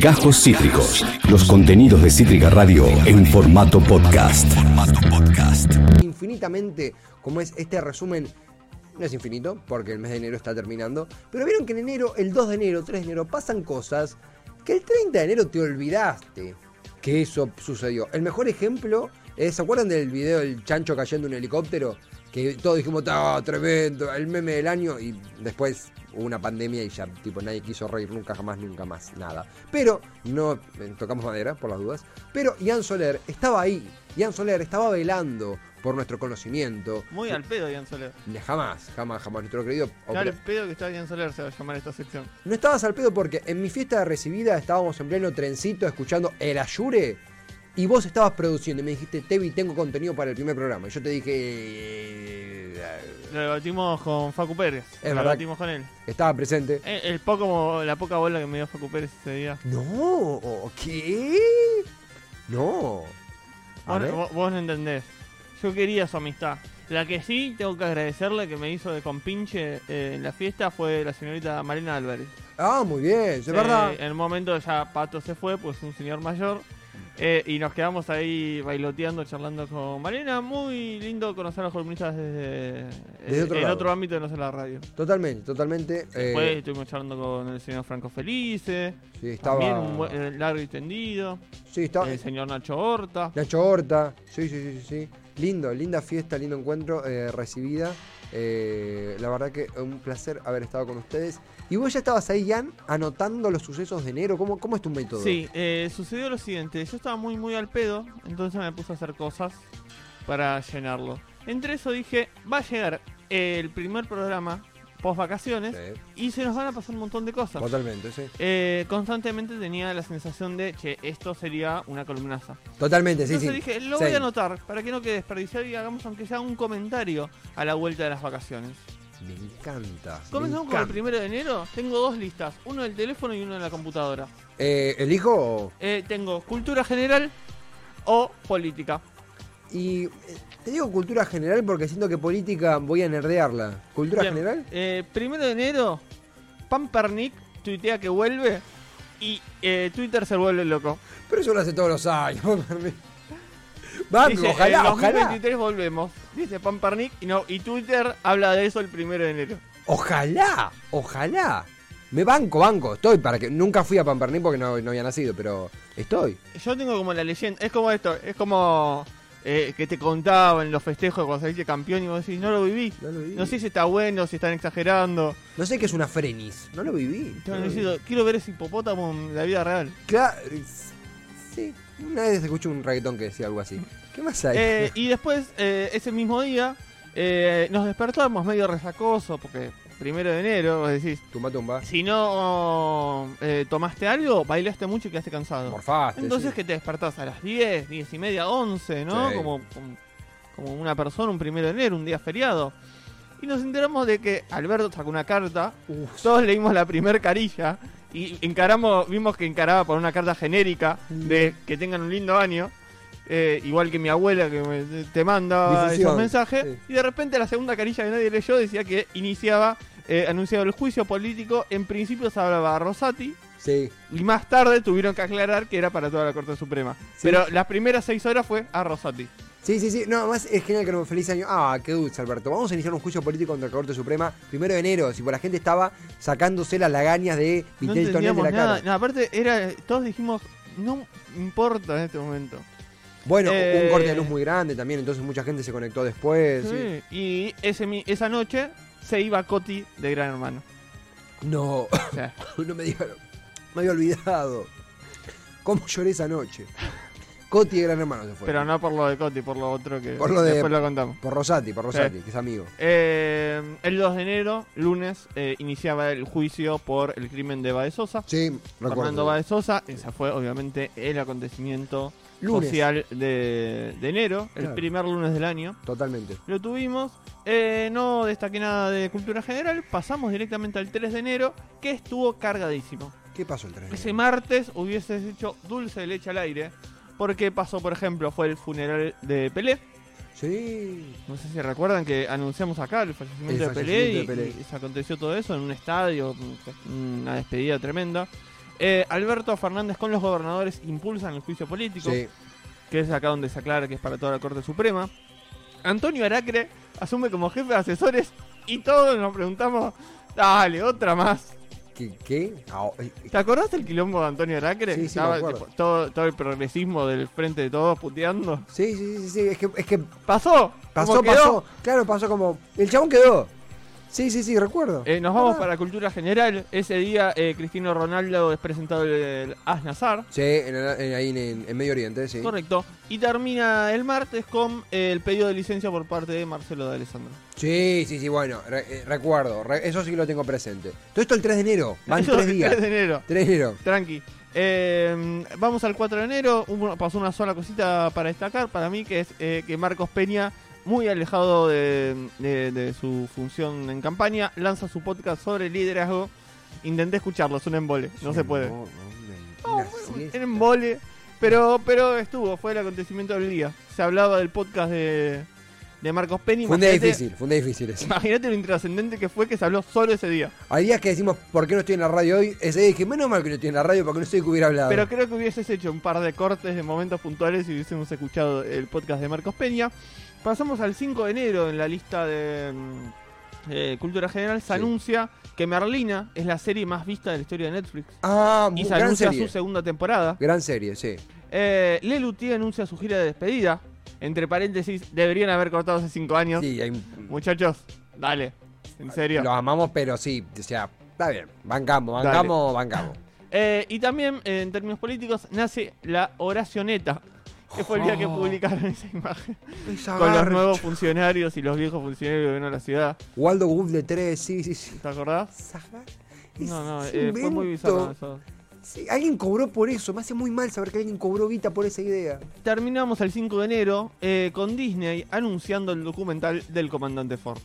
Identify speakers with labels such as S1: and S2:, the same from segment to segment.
S1: Gajos Cítricos. Los contenidos de Cítrica Radio en formato podcast.
S2: Infinitamente, como es este resumen, no es infinito, porque el mes de enero está terminando. Pero vieron que en enero, el 2 de enero, 3 de enero, pasan cosas que el 30 de enero te olvidaste que eso sucedió. El mejor ejemplo es, ¿se acuerdan del video del chancho cayendo en un helicóptero? Que todos dijimos, ¡ah, tremendo! El meme del año y después hubo una pandemia y ya, tipo, nadie quiso reír nunca, jamás, nunca más, nada. Pero, no, eh, tocamos madera, por las dudas, pero Ian Soler estaba ahí, Ian Soler estaba velando por nuestro conocimiento.
S3: Muy al pedo, Ian Soler.
S2: Jamás, jamás, jamás, nuestro querido...
S3: Claro, el pedo que está Ian Soler se va a llamar esta sección.
S2: No estabas al pedo porque en mi fiesta de recibida estábamos en pleno trencito escuchando El Ayure y vos estabas produciendo y me dijiste, Tevi, tengo contenido para el primer programa. Y yo te dije... eh,
S3: Lo debatimos con Facu Pérez.
S2: Es
S3: lo
S2: verdad.
S3: debatimos con él.
S2: Estaba presente.
S3: Eh, El, poco, la poca bola que me dio Facu Pérez ese día.
S2: No, ¿qué? No. A
S3: Vos,
S2: ver.
S3: vos- vos no entendés. Yo quería su amistad. La que sí tengo que agradecerle que me hizo de compinche eh, en la fiesta fue la señorita Marina Álvarez.
S2: Ah, muy bien, es verdad.
S3: Eh, en un momento ya Pato se fue, pues un señor mayor. eh, y nos quedamos ahí bailoteando, charlando con Marina. Muy lindo conocer a los columnistas desde,
S2: Desde
S3: eh,
S2: otro
S3: en
S2: lado.
S3: otro ámbito, no sé la radio.
S2: Totalmente, totalmente. eh,
S3: Después estuvimos charlando con el señor Franco Felice.
S2: sí, estaba.
S3: También un buen- eh, largo y tendido.
S2: Sí, estaba.
S3: El señor Nacho Horta.
S2: Nacho Horta. Sí, sí, sí, sí, sí. Lindo, linda fiesta, lindo encuentro, eh, recibida. Eh, la verdad que un placer haber estado con ustedes. Y vos ya estabas ahí, Ian, anotando los sucesos de enero. ¿Cómo, cómo es tu método?
S3: Sí, eh, sucedió lo siguiente. Yo estaba muy, muy al pedo, entonces me puse a hacer cosas para llenarlo. Entre eso dije, va a llegar el primer programa post vacaciones
S2: Sí,
S3: y se nos van a pasar un montón de cosas.
S2: Totalmente, sí.
S3: Eh, constantemente tenía la sensación de, che, esto sería una columnaza.
S2: Totalmente, sí,
S3: Entonces
S2: sí.
S3: dije, lo
S2: Sí.
S3: voy a anotar para que no quede desperdiciado y hagamos aunque sea un comentario a la vuelta de las vacaciones.
S2: Me encanta. me
S3: Comenzamos con el
S2: encanta.
S3: primero de enero. Tengo dos listas, uno del teléfono y uno de la computadora.
S2: Eh, elijo.
S3: Eh, tengo cultura general o política.
S2: Y eh, te digo cultura general porque siento que política voy a nerdearla. ¿Cultura
S3: Bien.
S2: general?
S3: Eh, primero de enero, Pampernick tuitea que vuelve y eh, Twitter se vuelve loco.
S2: Pero eso lo hace todos los años. Vamos,
S3: Dice,
S2: ojalá,
S3: en
S2: ojalá.
S3: 2023 volvemos. Dice Pampernick y, no, y Twitter habla de eso el primero de enero.
S2: Ojalá, ojalá. Me banco, banco, estoy para que. Nunca fui a Pampernín porque no, no había nacido, pero estoy.
S3: Yo tengo como la leyenda, es como esto, es como eh, que te contaba en los festejos cuando saliste campeón y vos decís, no lo viví.
S2: No lo viví.
S3: No sé si está bueno, si están exagerando.
S2: No sé qué es una frenis. No lo viví.
S3: Te van diciendo, quiero ver ese hipopótamo en la vida real.
S2: Claro. es- Sí. Una vez escuché un reggaetón que decía algo así. ¿Qué más hay?
S3: Eh, y después, eh, ese mismo día, eh, nos despertamos medio resacoso, porque primero de enero, vos decís,
S2: tumba, tumba.
S3: si no eh, tomaste algo, bailaste mucho y quedaste cansado.
S2: Morfaste.
S3: Entonces
S2: sí.
S3: que te despertás a las 10, 10 y media, 11, ¿no?
S2: Sí.
S3: Como, como- como una persona, un primero de enero, un día feriado. Y nos enteramos de que Alberto sacó una carta, todos leímos la primer carilla y encaramos, vimos que encaraba por una carta genérica
S2: Mm.
S3: de que tengan un lindo año. eh, igual que mi abuela que me- eh, te manda
S2: Difusión,
S3: esos mensajes.
S2: sí.
S3: Y de repente la segunda carilla que nadie leyó decía que iniciaba, eh, anunciado el juicio político, en principio se hablaba a Rosati,
S2: Sí.
S3: y más tarde tuvieron que aclarar que era para toda la Corte Suprema. Pero las primeras seis horas fue a Rosati.
S2: Sí, sí, sí. No, más es genial que nos feliz año. Ah, qué dulce, Alberto. Vamos a iniciar un juicio político contra la Corte Suprema primero de enero. Si por la gente estaba sacándose las lagañas de Vitel
S3: No
S2: Tonel de
S3: entendíamos
S2: la
S3: nada.
S2: cara.
S3: No, aparte, era, todos dijimos, no importa en este momento.
S2: Bueno,
S3: Eh,
S2: un corte de luz muy grande también, entonces mucha gente se conectó después. Eh, sí.
S3: Sí, Y ese, mi- esa noche se iba Coti de Gran Hermano.
S2: No,
S3: O sea,
S2: no me dijeron. Me había olvidado. ¿Cómo lloré esa noche? Coti de Gran Hermano se fue.
S3: pero no por lo de Coti, por lo otro que
S2: Por lo de-
S3: después lo contamos.
S2: Por Rosati, por Rosati, que es amigo.
S3: Eh, el 2 de enero, lunes, eh, iniciaba el juicio por el crimen de Baezosa.
S2: Sí,
S3: Fernando
S2: recuerdo.
S3: Báez Sosa. Ese fue obviamente el acontecimiento
S2: Lunes.
S3: social de, de enero, el
S2: Claro.
S3: primer lunes del año.
S2: Totalmente.
S3: Lo tuvimos, eh, no destaqué nada de cultura general, pasamos directamente al 3 de enero, que estuvo cargadísimo.
S2: ¿Qué pasó el tren?
S3: Ese martes hubieses hecho dulce de leche al aire, porque pasó, por ejemplo, fue el funeral de Pelé.
S2: Sí.
S3: No sé si recuerdan que anunciamos acá el fallecimiento,
S2: El
S3: de, Pelé
S2: fallecimiento de
S3: y-
S2: Pelé.
S3: y se aconteció todo eso en un estadio, una despedida tremenda. Eh, Alberto Fernández con los gobernadores impulsan el juicio político,
S2: Sí.
S3: que es acá donde se aclara que es para toda la Corte Suprema. Antonio Aracre asume como jefe de asesores y todos nos preguntamos, dale, otra más.
S2: ¿Qué? qué? Ah, eh, eh,
S3: ¿Te acordás del quilombo de Antonio Aracre?
S2: Sí, sí, me
S3: Estaba,
S2: acuerdo.
S3: tipo, todo, todo el progresismo del frente de todos puteando.
S2: Sí, sí, sí, sí, es que, es que
S3: Pasó.
S2: pasó,
S3: ¿Cómo quedó?
S2: pasó. Claro, pasó como. El chabón quedó. Sí, sí, sí, recuerdo.
S3: Eh, nos vamos
S2: Ah.
S3: para Cultura General. Ese día eh, Cristiano Ronaldo es presentado el, el Aznazar.
S2: Sí, en, el- en- ahí en, en Medio Oriente, sí.
S3: Correcto. Y termina el martes con eh, el pedido de licencia por parte de Marcelo de Alessandro.
S2: Sí, sí, sí, bueno, re- eh, recuerdo, re- eso sí que lo tengo presente. Todo esto el 3 de enero, van
S3: Eso
S2: tres
S3: es el
S2: días.
S3: 3 de enero.
S2: 3 de enero.
S3: Tranqui. Eh, vamos al 4 de enero. Hubo- pasó una sola cosita para destacar para mí, que es eh, que Marcos Peña, muy alejado de, de- de su función en campaña, lanza su podcast sobre liderazgo. Intenté escucharlo, es un embole, no se puede. Ah,
S2: No, no,
S3: No,
S2: una
S3: fue un
S2: siesta.
S3: embole, pero, pero estuvo, fue el acontecimiento del día. Se hablaba del podcast de, de Marcos Peña.
S2: Fue un día
S3: imagínate-
S2: difícil, fue un día difícil ese.
S3: Imagínate lo intrascendente que fue que se habló solo ese día.
S2: Hay días que decimos, ¿por qué no estoy en la radio hoy? Ese día dije, menos mal que no estoy en la radio porque no sé qué hubiera hablado.
S3: Pero creo que hubieses hecho un par de cortes de momentos puntuales y hubiésemos escuchado el podcast de Marcos Peña. Pasamos al 5 de enero en la lista de mm, eh, Cultura General. Se
S2: Sí.
S3: anuncia que Merlina es la serie más vista de la historia de Netflix.
S2: ah,
S3: Y
S2: mu-
S3: se
S2: gran
S3: anuncia
S2: serie.
S3: su segunda temporada.
S2: Gran serie, sí.
S3: Eh, Lelutier anuncia su gira de despedida. Entre paréntesis, deberían haber cortado hace 5 años.
S2: Sí, hay un-
S3: Muchachos, dale. En serio.
S2: Los amamos, pero sí, o sea, está bien. Bancamos, bancamos, bancamos.
S3: Eh, y también, eh, en términos políticos, nace la oracioneta. Que fue el día que
S2: Oh.
S3: publicaron esa imagen. Con los nuevos funcionarios y los viejos funcionarios que vienen a la ciudad.
S2: Waldo Wolf de 3, sí, sí, sí.
S3: ¿Te acordás?
S2: Zagar-
S3: No, no,
S2: es
S3: eh, fue muy
S2: invento.
S3: bizarro eso.
S2: Sí, alguien cobró por eso. Me hace muy mal saber que alguien cobró guita por esa idea.
S3: Terminamos el 5 de enero eh, con Disney anunciando el documental del comandante Ford.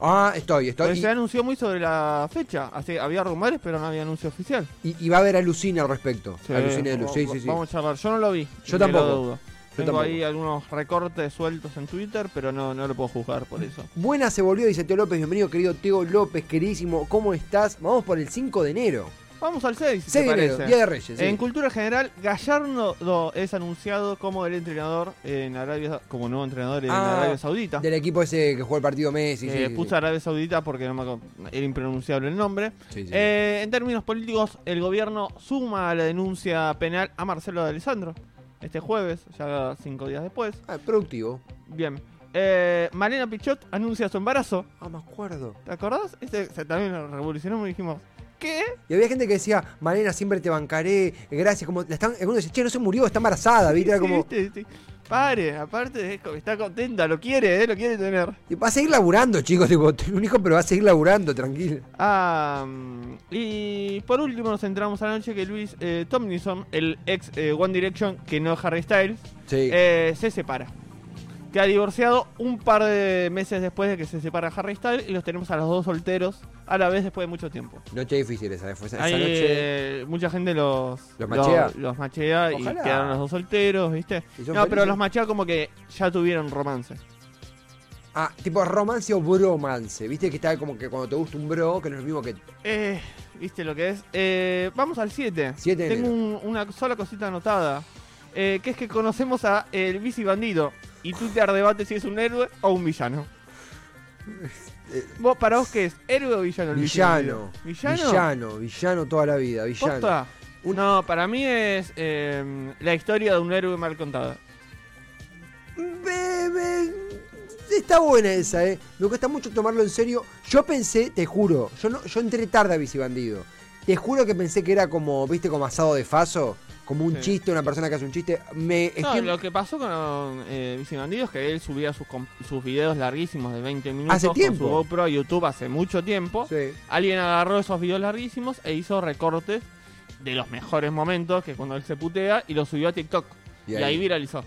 S2: Ah, estoy, estoy.
S3: Porque se anunció muy sobre la fecha. Así, había rumores, pero no había anuncio oficial.
S2: Y, y- y va a haber alucina al respecto.
S3: Sí,
S2: alucina de luz, sí,
S3: vamos-
S2: sí, sí.
S3: Vamos a charlar. Yo no lo vi.
S2: Yo
S3: ni lo
S2: tampoco.
S3: dudo. Tengo
S2: tampoco.
S3: ahí algunos recortes sueltos en Twitter, pero no, no lo puedo juzgar por eso.
S2: Buena se volvió, dice Teo López. Bienvenido, querido Teo López, queridísimo. ¿Cómo estás? Vamos por el 5 de enero.
S3: Vamos al 6, si
S2: 6 de
S3: te
S2: enero,
S3: parece.
S2: Día de Reyes. sí.
S3: En cultura general, Gallardo es anunciado como el entrenador en Arabia, como nuevo entrenador en
S2: Ah,
S3: Arabia Saudita.
S2: Del equipo ese que jugó el partido Messi.
S3: Eh,
S2: sí, sí, sí.
S3: puse Arabia Saudita porque no me acu- era impronunciable el nombre.
S2: Sí, sí.
S3: Eh, en términos políticos, el gobierno suma a la denuncia penal a Marcelo de Alessandro este jueves, ya cinco días después.
S2: Ah, productivo.
S3: Bien. Eh, Malena Pichot anuncia su embarazo.
S2: Ah, me acuerdo.
S3: ¿Te acordás? Este se- también lo revolucionó y dijimos, ¿qué?
S2: Y había gente que decía, Malena, siempre te bancaré. Gracias. Como la están, algunos decían, che, no se murió, está embarazada. ¿viste? Era
S3: Sí,
S2: como,
S3: viste, sí. Pare, aparte es como- está contenta, lo quiere, eh, lo quiere tener.
S2: va a seguir laburando, chicos. Tipo, tengo un hijo, pero va a seguir laburando, tranquilo.
S3: Ah, mm, y por último nos centramos a la noche que Luis eh, Tomlinson, el ex eh, One Direction, que no Harry Styles,
S2: Sí.
S3: eh, se separa. Queda divorciado un par de meses después de que se separa Harry Styles y los tenemos a los dos solteros a la vez después de mucho tiempo.
S2: Noche difícil esa, ¿eh? fue esa, esa
S3: Ahí,
S2: noche.
S3: eh, mucha gente los,
S2: ¿Los machea?
S3: los machea y
S2: Ojalá.
S3: quedaron los dos solteros, ¿viste?
S2: ¿Y
S3: No,
S2: son
S3: pero
S2: felices?
S3: los machea como que ya tuvieron romance.
S2: Ah, tipo romance o bromance. Viste que está como que cuando te gusta un bro, que no es lo mismo que.
S3: Eh, ¿Viste lo que es? Eh, vamos al 7.
S2: Siete de
S3: Tengo un- una sola cosita anotada. eh, que es que conocemos a el bici bandido. Y Twitter debate si es un héroe o un villano. Vos, para vos, ¿qué es? ¿Héroe o villano? El bici
S2: Villano.
S3: bandido? ¿Villano?
S2: Villano, villano toda la vida, villano.
S3: ¿Posta?
S2: Un-
S3: No, para mí es eh, la historia de un héroe mal contada.
S2: Be- be- Está buena esa, eh. Me cuesta mucho tomarlo en serio. Yo pensé, te juro, yo no, yo entré tarde a Bici Bandido. Te juro que pensé que era como, viste, como asado de faso, como un
S3: Sí.
S2: chiste, una persona que hace un chiste. Me
S3: No,
S2: estoy-
S3: lo que pasó con eh, Bici Bandido es que él subía sus, com- sus videos larguísimos de 20 minutos
S2: Hace tiempo.
S3: con su GoPro a YouTube hace mucho tiempo.
S2: Sí.
S3: Alguien agarró esos videos larguísimos e hizo recortes de los mejores momentos, que es cuando él se putea, y los subió a TikTok.
S2: Y
S3: Y,
S2: ahí-
S3: ahí, viralizó.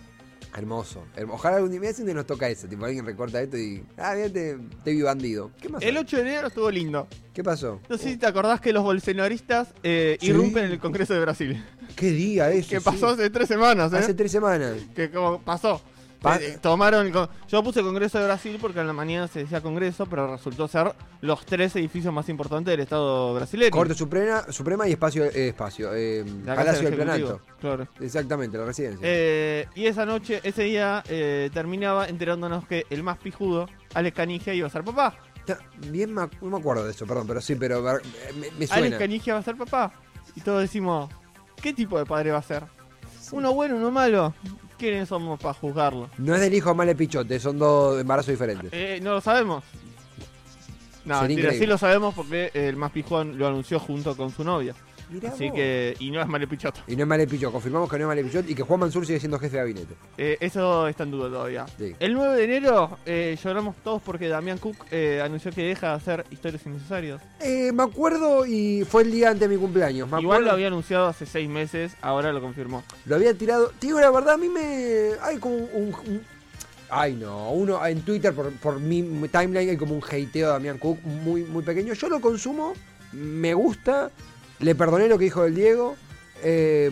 S2: Hermoso. hermo- Ojalá algún día me hacen que nos toca eso. Tipo, alguien recorta esto y. Ah, mira, te, te vi bandido. ¿Qué más?
S3: El 8 de enero estuvo lindo.
S2: ¿Qué pasó?
S3: No sé si te acordás que los bolsonaristas eh,
S2: Oh. Sí.
S3: irrumpen en el Congreso de Brasil.
S2: ¿Qué día eso?
S3: que
S2: sí?
S3: pasó hace tres semanas, ¿eh?
S2: Hace tres semanas.
S3: Que como pasó. Pa-
S2: Eh, eh.
S3: tomaron el con- Yo puse Congreso de Brasil porque en la mañana se decía Congreso, pero resultó ser los tres edificios más importantes del Estado brasileño.
S2: Corte Suprema, Suprema y Espacio, eh, espacio eh,
S3: La Casa
S2: Palacio del
S3: Ejecutivo,
S2: Planalto.
S3: Claro.
S2: Exactamente, la residencia.
S3: Eh, y esa noche, ese día, eh, terminaba enterándonos que el más pijudo, Alex Canigia, iba a ser papá.
S2: Ta- Bien, me ac- no me acuerdo de eso, perdón, pero sí, pero ver- eh, me, me
S3: Alex
S2: suena.
S3: Canigia va a ser papá. Y todos decimos, ¿qué tipo de padre va a ser? ¿Uno bueno, uno malo? ¿Quiénes somos para juzgarlo?
S2: No es del hijo Male Pichote, son dos embarazos diferentes.
S3: Eh, no lo sabemos. No,
S2: Sería
S3: mentira,
S2: increíble.
S3: sí lo sabemos porque el más pijón lo anunció junto con su novia. Así que, y no es Mario Pichotto.
S2: Y no es Male Pichot, confirmamos que no es Male Pichot y que Juan Mansur sigue siendo jefe de gabinete.
S3: Eh, eso está en duda todavía.
S2: Sí.
S3: El 9 de enero eh, lloramos todos porque Damián Cook eh, anunció que deja de hacer historias innecesarias.
S2: Eh, me acuerdo y fue el día antes de mi cumpleaños. Me
S3: Igual
S2: acuerdo-
S3: lo había anunciado hace seis meses, ahora lo confirmó.
S2: Lo había tirado. Te digo la verdad, a mí me. Hay como un. un- ay, no. Uno en Twitter, por, por mi timeline, hay como un hateo de Damián Cook muy, muy pequeño. Yo lo consumo, me gusta. Le perdoné lo que dijo del Diego. eh,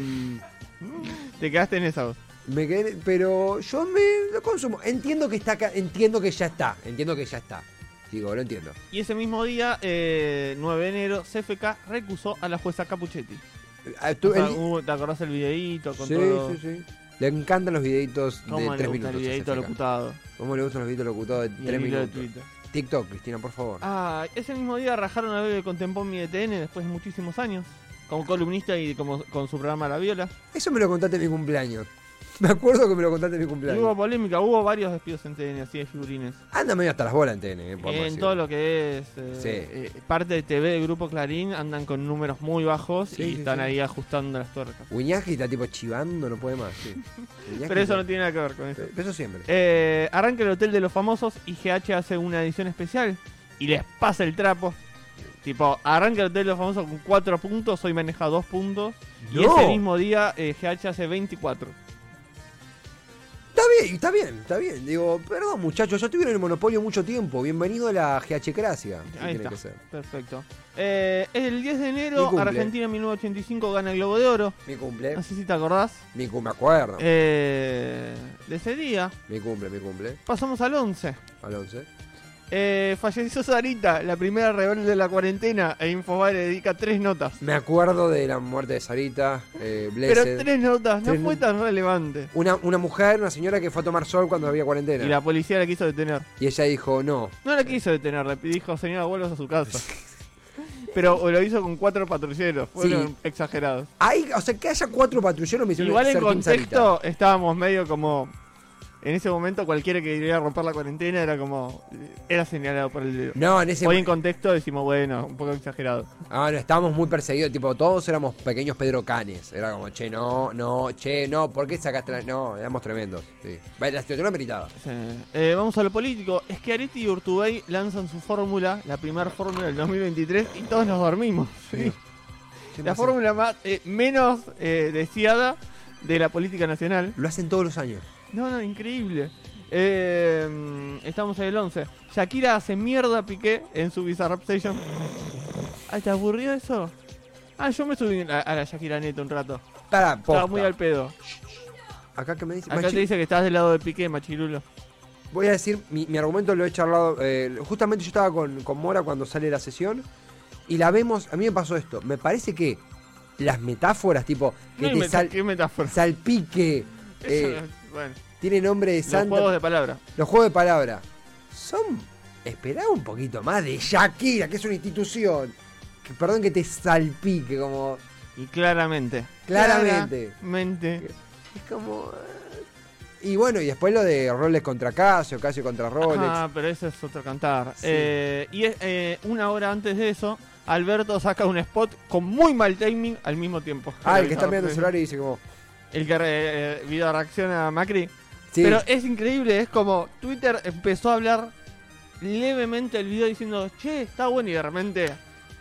S3: Te quedaste en esa voz.
S2: me quedé- pero yo me lo consumo. Entiendo que está acá, entiendo que ya está. Entiendo que ya está. Digo, lo entiendo.
S3: Y ese mismo día, eh, 9 de enero, CFK recusó a la jueza Capuchetti.
S2: Ah, tú-
S3: O sea,
S2: el-
S3: hubo- ¿Te acordás el videíto con
S2: sí,
S3: todo?
S2: sí, sí. Le encantan los videitos de
S3: ¿Cómo le
S2: tres
S3: gusta
S2: minutos.
S3: el videíto
S2: a CFK.
S3: locutado?
S2: ¿Cómo le gustan los videitos locutados de
S3: Y el
S2: tres
S3: hilo de
S2: minutos?
S3: Twitter.
S2: TikTok, Cristina, por favor.
S3: Ah, ese mismo día rajaron a Bebe con Tempón Mi ETN después de muchísimos años. Como columnista y como, con su programa La Viola.
S2: Eso me lo contaste en mi cumpleaños. Me acuerdo que me lo contaste en mi
S3: Y hubo
S2: cumpleaños.
S3: polémica, hubo varios despidos en TN, así de figurines.
S2: Anda medio hasta las bolas en TN, eh, podemos
S3: en
S2: decir.
S3: todo lo que es eh,
S2: Sí.
S3: eh, parte de TV del Grupo Clarín andan con números muy bajos
S2: Sí,
S3: y
S2: sí,
S3: están
S2: sí.
S3: ahí ajustando las tuercas.
S2: Uñaski está tipo chivando, no puede más. sí. Uñaski
S3: Pero eso
S2: está-
S3: no tiene nada que ver con eso.
S2: Pero Eso siempre.
S3: Eh, arranca el Hotel de los Famosos y GH hace una edición especial y les pasa el trapo. Tipo, arranca el Hotel de los Famosos con 4 puntos, hoy maneja 2 puntos. Y
S2: ¡No!
S3: ese mismo día eh, GH hace 24.
S2: Está bien, está bien, está bien. Digo, perdón muchachos, yo estuve en el monopolio mucho tiempo. Bienvenido a la GHcracia. ¿Qué tiene
S3: Ahí está.
S2: que ser?
S3: Perfecto. Eh, el 10
S2: Mi
S3: de enero,
S2: cumple. Eh.
S3: Argentina 1985 gana el Globo de Oro.
S2: Mi cumple,
S3: No sé si te acordás.
S2: mi cumple, me acuerdo.
S3: Eh, de ese día.
S2: Mi cumple, mi cumple.
S3: Pasamos al 11.
S2: Al 11.
S3: Eh, falleció Sarita, la primera rebelde de la cuarentena. E Infobae le dedica tres notas.
S2: Me acuerdo de la muerte de Sarita, eh,
S3: Pero
S2: Blessed.
S3: tres notas, no
S2: Tres
S3: fue
S2: no-
S3: tan relevante.
S2: Una, una mujer, una señora que fue a tomar sol cuando había cuarentena.
S3: Y la policía la quiso detener.
S2: y ella dijo, no,
S3: No la quiso detener, le dijo, señora, vuelvas a su casa. Pero lo hizo con cuatro patrulleros, fueron
S2: Sí.
S3: exagerados.
S2: Hay, o sea, que haya cuatro patrulleros me hicieron
S3: Igual en
S2: ser Team
S3: contexto estábamos medio como... En ese momento cualquiera que quería romper la cuarentena era como... Era señalado por el dedo.
S2: Sarita. No, en ese
S3: Hoy en contexto decimos, bueno, un poco exagerado.
S2: Ah, no, estábamos muy perseguidos, tipo, todos éramos pequeños Pedro Canes. Era como, che, no, no, che, no, ¿por qué sacaste la.? No, éramos tremendos. Sí. Vale, La situación ameritaba.
S3: Eh, vamos a lo político. Schiaretti y Urtubey lanzan su fórmula, la primera fórmula del 2023, y todos nos dormimos.
S2: Sí.
S3: La fórmula más, eh, menos eh, deseada de la política nacional.
S2: Lo hacen todos los años.
S3: No, no, increíble. Eh, estamos en el 11. Shakira hace mierda a Piqué en su Bizarrap Station. Ah, ¿te aburrió eso? Ah, yo me subí a, a la Shakira Neto un rato.
S2: Para,
S3: Estaba muy al pedo.
S2: Acá que me dice.
S3: Acá
S2: Machi-
S3: te dice que estás del lado de Piqué, machirulo.
S2: Voy a decir, mi, mi argumento lo he charlado. eh, justamente yo estaba con, con Mora cuando sale la sesión. Y la vemos. A mí me pasó esto. Me parece que las metáforas, tipo, que
S3: No,
S2: te
S3: meta-
S2: sal-
S3: qué metáfora.
S2: salpique. eh,
S3: Eso, bueno,
S2: tiene nombre de
S3: los
S2: santa.
S3: juegos de palabra.
S2: Los juegos de palabra son. Esperaba un poquito más de Shakira, que es una institución. Que, perdón que te salpique, como.
S3: Y claramente.
S2: Claramente.
S3: Claramente.
S2: Es como. eh. Y bueno, y después lo de Rolex contra Casio, Casio contra Rolex.
S3: Ah, pero eso es otro cantar.
S2: Sí.
S3: Eh, y es, eh, una hora antes de eso, Alberto saca un spot con muy mal timing al mismo tiempo.
S2: Ah, el que está mirando el celular y dice como.
S3: El que re- eh, video reacciona a Macri.
S2: Sí, eh,
S3: Pero es increíble, es como Twitter empezó a hablar levemente el video diciendo, che, está bueno y de repente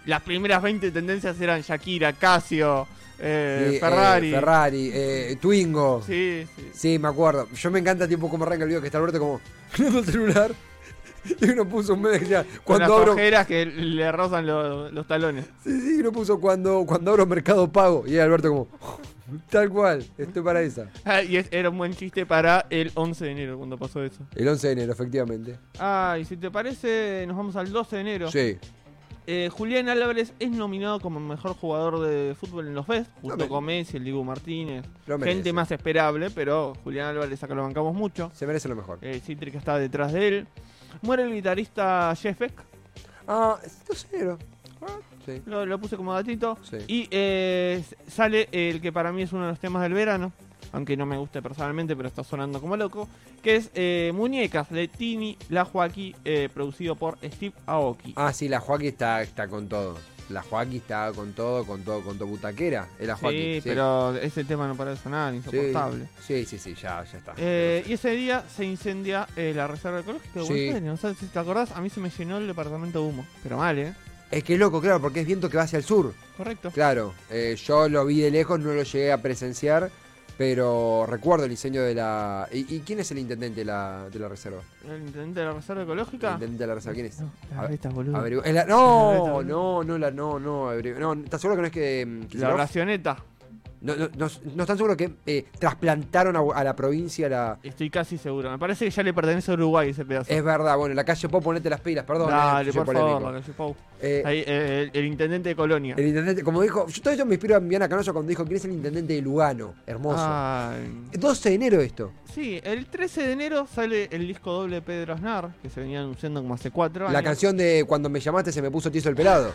S3: las primeras 20 tendencias eran Shakira, Casio, eh,
S2: sí, eh,
S3: Ferrari.
S2: Ferrari, eh, Twingo. Sí.
S3: Sí, sí.
S2: me acuerdo. Yo me encanta, tipo, como arranca el video que está Alberto como. mirando el celular. Y uno puso un meme que decía.
S3: Con
S2: Cuando
S3: las
S2: abro.
S3: ojeras que le rozan lo- los talones.
S2: Sí, sí, uno puso cuando, cuando abro Mercado Pago. Y era Alberto como. Tal cual, estoy para esa.
S3: Ah, y es- era un buen chiste para el 11 de enero cuando pasó eso.
S2: El 11 de enero, efectivamente.
S3: Ah, y si te parece, nos vamos al 12 de enero.
S2: Sí.
S3: Eh, Julián Álvarez es nominado como mejor jugador de fútbol en los FES, junto
S2: No me-
S3: con Messi, el Dibu Martínez.
S2: Lo merece.
S3: gente más esperable, pero Julián Álvarez acá lo bancamos mucho.
S2: Se merece lo mejor.
S3: Eh, Cítrica está detrás de él. Muere el guitarrista Jeff Beck.
S2: Ah, es 12 de enero.
S3: Ah,
S2: Sí.
S3: Lo, lo puse como datito.
S2: Sí.
S3: Y eh, s- sale el que para mí es uno de los temas del verano, aunque no me guste personalmente, pero está sonando como loco, que es eh, Muñecas de Tini La Joaquí, eh, producido por Steve Aoki.
S2: Ah, sí, la Joaquí está, está con todo. La Joaquí está con todo, con todo, con todo butaquera. Es la
S3: sí,
S2: Joaquí.
S3: pero ese tema no para de sonar, insoportable.
S2: Sí, sí, Ah, sí, ya, ya está.
S3: Eh, y ese día se incendia eh, la reserva ecológica de
S2: Sí.
S3: Buenos Aires. No sé si te acordás, a mí se me llenó el departamento de humo. Pero mal, ¿eh?
S2: Es que es loco, claro, porque es viento que va hacia el sur.
S3: Correcto.
S2: Claro, eh, yo lo vi de lejos, no lo llegué a presenciar, pero recuerdo el diseño de la... ¿Y, y quién es el intendente de la, de la reserva?
S3: El intendente de la reserva
S2: El
S3: ecológica.
S2: intendente de la reserva, ¿quién es?
S3: No,
S2: A
S3: las
S2: ver,
S3: retas, boludo.
S2: Averigu- es la-
S3: No,
S2: no,
S3: no,
S2: no, no, la, no, no, averigu- no, ¿estás seguro que no es que... mm,
S3: La
S2: Kicillof?
S3: racioneta.
S2: No, no, no, no están seguros que eh, trasplantaron a, a la provincia la...
S3: Estoy casi seguro. Me parece que ya le pertenece a Uruguay ese pedazo.
S2: Es verdad, bueno, la calle Pau, ponete las pilas, perdón. eh,
S3: Dale,
S2: soy
S3: por
S2: polémico.
S3: favor, la calle Pau.
S2: Eh,
S3: Ahí, eh, el, el intendente de Colonia.
S2: el intendente, como dijo, yo todo esto me inspiro a Viviana Canoso cuando dijo quién es el intendente de Lugano, hermoso.
S3: Ah. Ay.
S2: 12 de enero esto.
S3: Sí, el 13 de enero sale el disco doble de Pedro Aznar, que se venía anunciando como hace cuatro años.
S2: La canción de Cuando me llamaste se me puso tieso el pelado.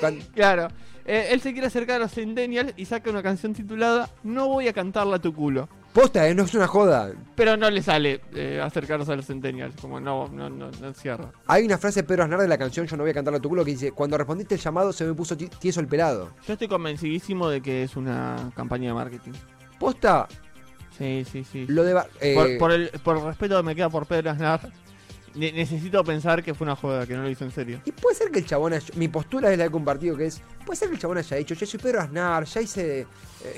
S2: Cuan-
S3: Claro. Eh, él se quiere acercar a los Centennials y saca una canción titulada No voy a cantarla a tu culo.
S2: Posta, eh, no es una joda.
S3: Pero no le sale eh, acercarnos a los Centennials. Como no, no, no, no cierra.
S2: Hay una frase de Pedro Aznar de la canción Yo no voy a cantarlo a tu culo que dice, cuando respondiste el llamado se me puso ti- tieso el pelado.
S3: Yo estoy convencidísimo de que es una campaña de marketing.
S2: Posta,
S3: Sí, sí, sí.
S2: lo de... Ba- eh,
S3: Por, por el, por el respeto que me queda por Pedro Aznar, ne- necesito pensar que fue una joda, que no lo hizo en serio.
S2: Y puede ser que el chabón haya- Mi postura es la de compartido que es... Puede ser que el chabón haya dicho, yo soy Pedro Aznar, ya hice, eh,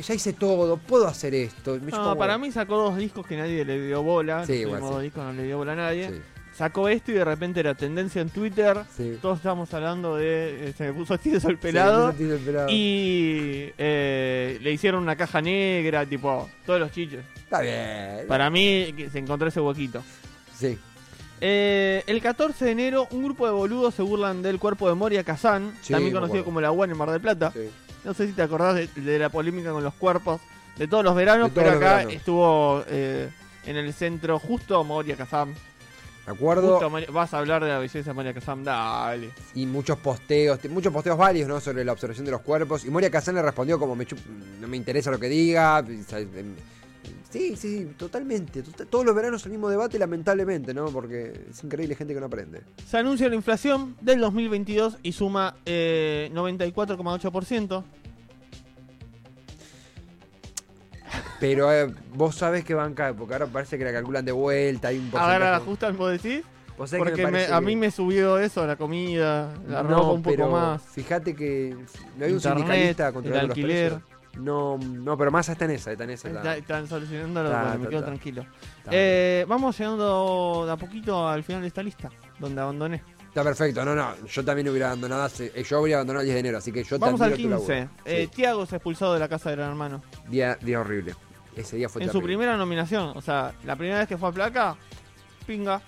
S2: ya hice todo, puedo hacer esto. Me
S3: No,
S2: chupa un
S3: para
S2: huevo.
S3: mí sacó dos discos que nadie le dio bola.
S2: Sí,
S3: los
S2: igual,
S3: últimos
S2: sí.
S3: discos no le dio bola a nadie.
S2: Sí,
S3: Sacó esto y de repente era tendencia en Twitter.
S2: sí.
S3: Todos estábamos hablando de. eh, se me puso tieso el
S2: Se me
S3: pelado.
S2: puso tieso el pelado.
S3: y eh, le hicieron una caja negra, tipo, todos los chiches.
S2: Está bien.
S3: Para mí que se encontró ese huequito.
S2: Sí.
S3: Eh, el 14 de enero, un grupo de boludos se burlan del cuerpo de Moria Kazan,
S2: Sí,
S3: también
S2: me
S3: conocido
S2: acuerdo.
S3: como la UAN en Mar del Plata.
S2: sí.
S3: No sé si te acordás de, de la polémica con los cuerpos de todos los veranos,
S2: De todos
S3: pero
S2: los
S3: acá
S2: veranos.
S3: estuvo eh, en el centro justo Moria Kazan.
S2: Me acuerdo.
S3: Justo Moria- vas a hablar de la belleza de Moria Kazan, dale.
S2: y muchos posteos, te- muchos posteos varios, ¿no? Sobre la observación de los cuerpos. Y Moria Kazan le respondió como, me chup- no me interesa lo que diga. ¿sabes? Em, Sí, sí, sí, totalmente. Tota- Todos los veranos el mismo debate, lamentablemente, ¿no? Porque es increíble gente que no aprende.
S3: Se anuncia la inflación del 2022 y suma eh, 94,8%.
S2: Pero eh, vos sabés que banca, porque ahora parece que la calculan de vuelta, hay un
S3: Ahora la
S2: porcentaje.
S3: ajustan, vos decís.
S2: Vos sabés que
S3: Porque me-
S2: parece
S3: a
S2: que-
S3: mí me subió eso, la comida, la
S2: No,
S3: ropa un
S2: pero
S3: poco más.
S2: Fíjate que no hay un
S3: Internet,
S2: sindicalista
S3: el
S2: controlando los
S3: alquiler.
S2: precios. No, no, pero más está en esa, está en esa.
S3: Está-
S2: está-
S3: están solucionándolo,
S2: Ta,
S3: bueno, me
S2: ta,
S3: quedo
S2: ta.
S3: tranquilo.
S2: está-
S3: Eh, vamos llegando de a poquito al final de esta lista, donde abandoné.
S2: Está perfecto, no, no, yo también hubiera abandonado, hace- eh, yo hubiera abandonado el 10 de enero, así que yo
S3: Vamos al
S2: también...
S3: 15. Eh, Tiago se expulsado de la casa de Gran Hermano.
S2: día, día horrible. Ese día fue
S3: en su
S2: terrible.
S3: primera nominación, o sea, la primera vez que fue a placa, pinga,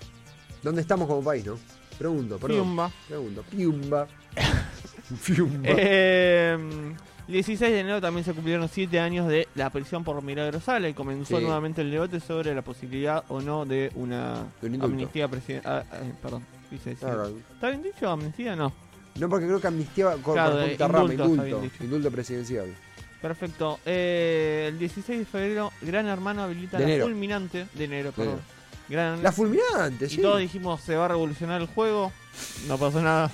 S2: ¿Dónde estamos como país, no? Pregunto, perdón.
S3: piumba.
S2: Pregunto. Piumba. Piumba.
S3: Eh, 16 de enero también se cumplieron 7 años de la prisión por Milagro Sala y comenzó
S2: Sí.
S3: nuevamente el debate sobre la posibilidad o no de una
S2: De un indulto.
S3: amnistía presidencial. perdón, quise decir.
S2: No, no,
S3: ¿Está bien dicho amnistía? No.
S2: no, porque creo que amnistía va- cor-
S3: Claro,
S2: corresponde
S3: de
S2: a rama,
S3: indulto, está
S2: indulto.
S3: bien dicho.
S2: Indulto presidencial.
S3: Perfecto. Eh, el 16 de febrero, Gran Hermano habilita
S2: De
S3: la
S2: enero.
S3: fulminante de enero,
S2: De
S3: perdón.
S2: enero.
S3: Gran
S2: La fulminante,
S3: y
S2: sí.
S3: todos dijimos se va a revolucionar el juego. No pasó nada,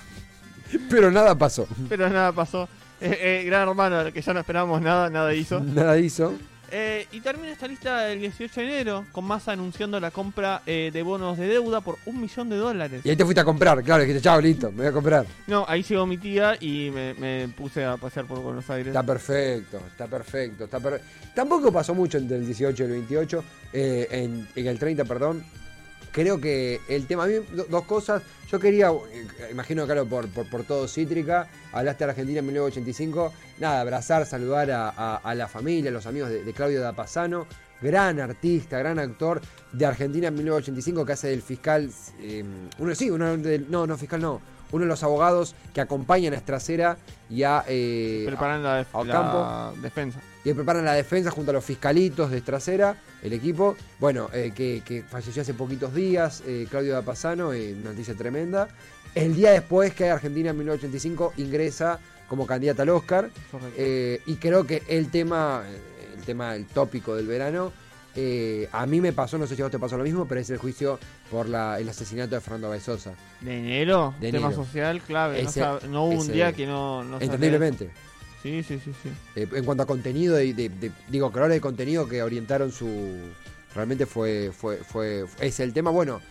S2: Pero nada pasó.
S3: pero nada pasó. Eh, eh, gran hermano, al que ya no esperábamos nada, nada hizo.
S2: Nada hizo.
S3: Eh, y termina esta lista el 18 de enero, con Massa anunciando la compra eh, de bonos de deuda por un millón de dólares.
S2: Y ahí te fuiste a comprar, claro, dijiste, chao, listo, me voy a comprar.
S3: No, ahí llegó mi tía y me, me puse a pasear por Buenos Aires.
S2: Está perfecto, está perfecto, está per- Tampoco pasó mucho entre el 18 y el 28, eh, en, en el 30, perdón. Creo que el tema, a mí do- dos cosas, yo quería, eh, imagino claro, por, por, por todo Cítrica, hablaste de Argentina en 1985, nada, abrazar, saludar a, a- a la familia, a los amigos de, de Claudio Dapasano, gran artista, gran actor de Argentina en 1985 que hace del fiscal, eh, uno sí, uno del, no, no, fiscal no, uno de los abogados que acompañan a Estracera y a... eh,
S3: Preparando la, def- la
S2: Ocampo.
S3: defensa.
S2: y preparan la defensa junto a los fiscalitos de Trasera, el equipo. Bueno, eh, que, que falleció hace poquitos días, eh, Claudio Dapasano, eh, una noticia tremenda. El día después que Argentina en 1985 ingresa como candidata al Oscar.
S3: Correcto.
S2: Eh, y creo que el tema, eh, el tema, el tópico del verano, eh, a mí me pasó, no sé si a vos te pasó lo mismo, pero es el juicio por la- el asesinato de Fernando Baizosa.
S3: de enero,
S2: de
S3: tema
S2: enero.
S3: social clave. no
S2: Ese-
S3: sab- no, hubo un
S2: ese-
S3: día que no, no se hable de eso.
S2: Entendiblemente.
S3: Sí, sí, sí, sí.
S2: Eh, en cuanto a contenido, de, de- de- digo, creadores de contenido que orientaron su. Realmente fue, fue, fue. Es el tema. Bueno,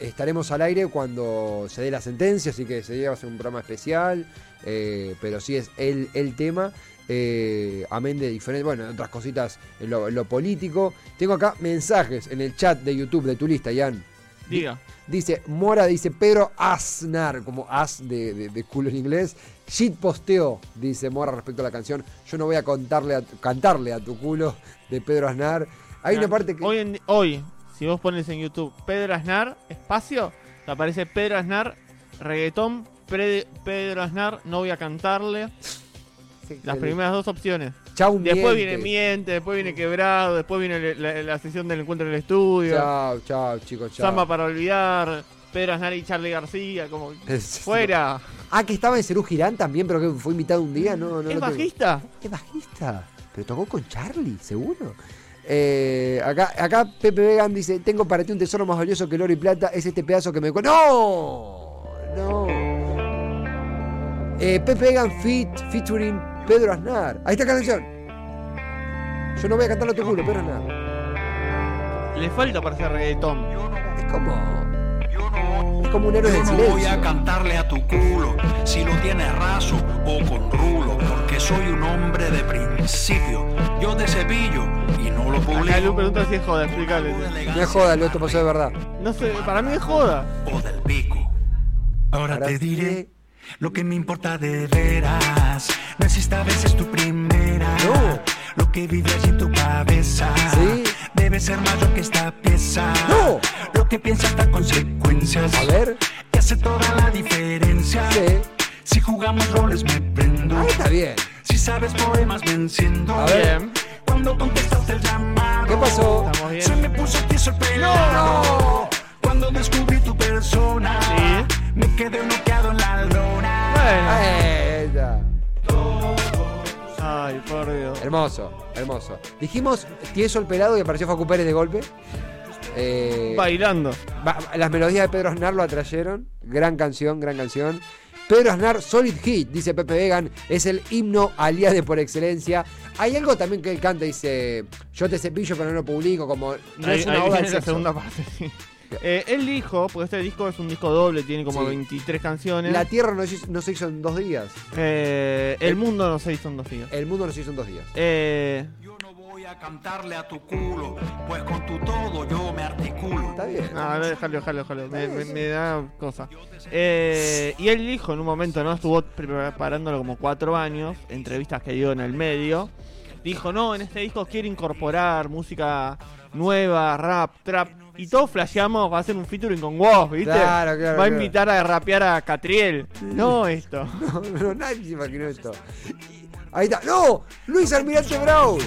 S2: estaremos al aire cuando se dé la sentencia, así que se va a hacer un programa especial. eh, pero sí es el, el tema. eh, amén de diferentes. Bueno, otras cositas en lo, en lo político. Tengo acá mensajes en el chat de YouTube de tu lista, Ian.
S3: Diga.
S2: Dice, Mora dice Pedro Aznar, como as de, de- de culo en inglés. Shit posteo, dice Mora respecto a la canción. Yo no voy a contarle a tu- cantarle a tu culo de Pedro Aznar. Hay una
S3: Nah,
S2: parte que.
S3: Ah, Hoy, en di- hoy, si vos pones en YouTube Pedro Aznar, espacio, te aparece Pedro Aznar, reggaetón, pre- Pedro Aznar, no voy a cantarle. Las primeras dos opciones.
S2: Chau,
S3: Después
S2: miente.
S3: viene Miente, después viene Quebrado, después viene le- la, la sesión del encuentro en el estudio,
S2: Chau, chau, chicos, chau.
S3: Samba para olvidar, Pedro Aznar y Charlie García, como...
S2: Es-
S3: ¡Fuera!
S2: Ah, que estaba en Cerú Girán también, pero que fue invitado un día, no, no. lo
S3: ¿Es
S2: tengo.
S3: bajista?
S2: Es bajista. Pero tocó con Charlie, seguro. Eh, acá, acá Pepe Vegan dice: Tengo para ti un tesoro más valioso que el oro y plata. Es este pedazo que me. co- ¡No! No. Eh, Pepe Vegan fit, featuring Pedro Aznar. Ahí está la canción. Yo no voy a cantarlo a tu culo, Pedro Aznar.
S3: Le falta para hacer reggaetón.
S2: Es como. Es como un héroe del silencio.
S4: cantarle a tu culo si lo tienes raso o con rulo, porque soy un hombre de principio. Yo te cepillo y no lo
S3: Acá Lu pregunta si es joda, explícale.
S2: No es joda, lo esto pasó de verdad.
S3: No sé, para mí es joda.
S4: o del pico. Ahora
S2: Ahora
S4: te
S2: diré
S4: diré lo que me importa de veras. No es esta vez, es tu primera.
S2: No.
S4: Lo que vives en tu cabeza
S2: Sí.
S4: debe ser mayor que esta pieza.
S2: No.
S4: Lo que piensas da consecuencias.
S2: A ver.
S4: Que hace toda la diferencia.
S2: Sí.
S4: Si jugamos roles me prendo.
S2: Ahí está bien.
S4: Si sabes poemas me enciendo.
S2: A ver.
S3: Bien,
S4: Cuando contestaste el llamado.
S2: ¿Qué pasó?
S3: estamos bien.
S4: Se me puso tieso el pelo. Cuando descubrí tu persona,
S3: Sí.
S4: me quedé bloqueado en la lona.
S3: Bueno.
S2: Ahí está.
S3: Ay, por Dios.
S2: Hermoso, hermoso. Dijimos tieso el pelado y apareció Facu Pérez de golpe. Eh,
S3: Bailando.
S2: ba- las melodías de Pedro Aznar lo atrayeron. Gran canción, gran canción. Pedro Aznar, Solid Hit, dice Pepe Vegan, es el himno aliade por excelencia. Hay algo también que él canta, dice, yo te cepillo pero no lo publico, como... No
S3: ahí
S2: es
S3: ahí
S2: una oda
S3: viene
S2: al
S3: la
S2: sexo.
S3: segunda parte. sí. Eh, él dijo, porque este disco es un disco doble, tiene como
S2: Sí.
S3: 23 canciones.
S2: La Tierra no, se hizo- no se hizo en dos días.
S3: Eh, el mundo no se hizo en dos días.
S2: El mundo no se hizo en dos días.
S3: Eh,
S4: Yo no voy a cantarle a tu culo, pues con tu todo yo me articulo.
S2: Está bien.
S3: no, no, déjalo, déjalo, déjalo. Me, me- me da cosa. Eh, y él dijo en un momento, ¿no? Estuvo preparándolo como cuatro años, entrevistas que dio en el medio. Dijo, no, en este disco quiero incorporar música nueva, rap, trap. Y todos flasheamos, va a hacer un featuring con Woz, ¿viste?
S2: Claro, claro,
S3: va a
S2: claro.
S3: invitar a rapear a Catriel. No esto.
S2: No, no, nadie se imaginó esto. Ahí está. ¡No! ¡Luis Almirante Brown!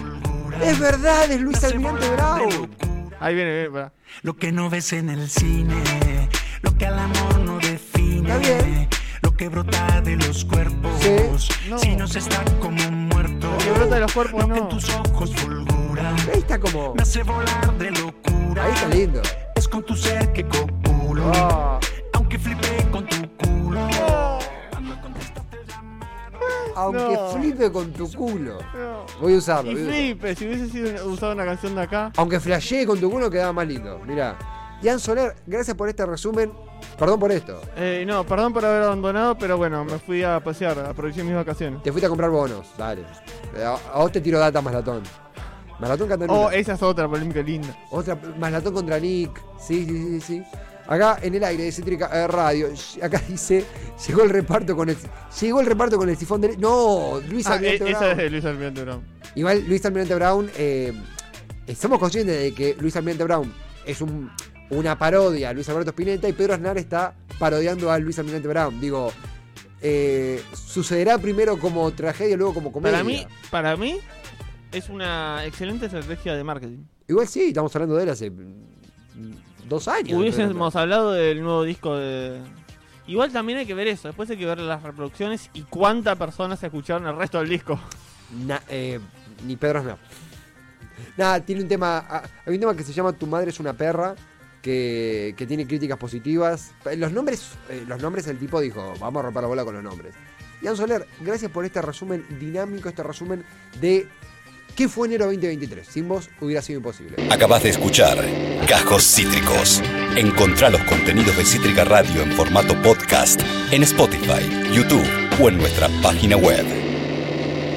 S2: ¡Es verdad! ¡Es Luis Almirante Brown!
S3: Ahí viene, viene, pará.
S4: Lo que no ves en el cine, lo que al amor no define.
S2: Está bien.
S4: Lo que brota de los cuerpos,
S2: Sí.
S4: si no se está como muerto.
S3: Lo que brota de los cuerpos,
S4: lo
S3: no.
S4: que en tus ojos fulgura,
S2: Ahí está como.
S4: me hace volar de locura.
S2: Ahí está lindo.
S4: Es con tu ser que copulo,
S2: Ah,
S4: aunque flipé con tu culo.
S2: aunque
S3: No.
S2: flipe con tu culo.
S3: No.
S2: Voy a usarlo.
S3: Y
S2: voy a usarlo.
S3: Felipe, si hubiese sido usado una canción de acá.
S2: Aunque flashee con tu culo quedaba más lindo. Mirá. Ian Soler, gracias por este resumen. Perdón por esto.
S3: Eh, no, perdón por haber abandonado, pero bueno, me fui a pasear, aproveché mis vacaciones.
S2: Te fuiste a comprar bonos. Dale. Eh, A a vos te tiro data más latón. Maratón Cataluña.
S3: Oh, esa es otra polémica linda.
S2: Otra, Maratón contra Nick. Sí, sí, sí, sí. Acá en el aire de Cítrica eh, Radio, sh- acá dice, llegó el reparto con el llegó el reparto con el sifón de No, Luis
S3: Ah, e-
S2: Almirante
S3: esa
S2: Brown.
S3: es de Luis Almirante Brown.
S2: Igual Luis Almirante Brown, eh, estamos conscientes de que Luis Almirante Brown es un- una parodia a Luis Alberto Spinetta y Pedro Aznar está parodiando a Luis Almirante Brown. Digo, eh, sucederá primero como tragedia y luego como comedia.
S3: Para mí, para mí, es una excelente estrategia de marketing.
S2: Igual sí, estamos hablando de él hace mm, dos años.
S3: Hubiésemos hablado del nuevo disco de. Igual también hay que ver eso. Después hay que ver las reproducciones y cuántas personas escucharon el resto del disco.
S2: Na- eh, ni Pedro Aznar. Nada, tiene un tema. ah, Hay un tema que se llama Tu madre es una perra. Que, que tiene críticas positivas. Eh, Los nombres, eh, los nombres el tipo dijo, vamos a romper la bola con los nombres. Ian Soler, gracias por este resumen dinámico, este resumen de qué fue enero 2023. Sin vos hubiera sido imposible.
S1: Acabas de escuchar Cajos Cítricos. Encontrá los contenidos de Cítrica Radio en formato podcast en Spotify, YouTube o en nuestra página web.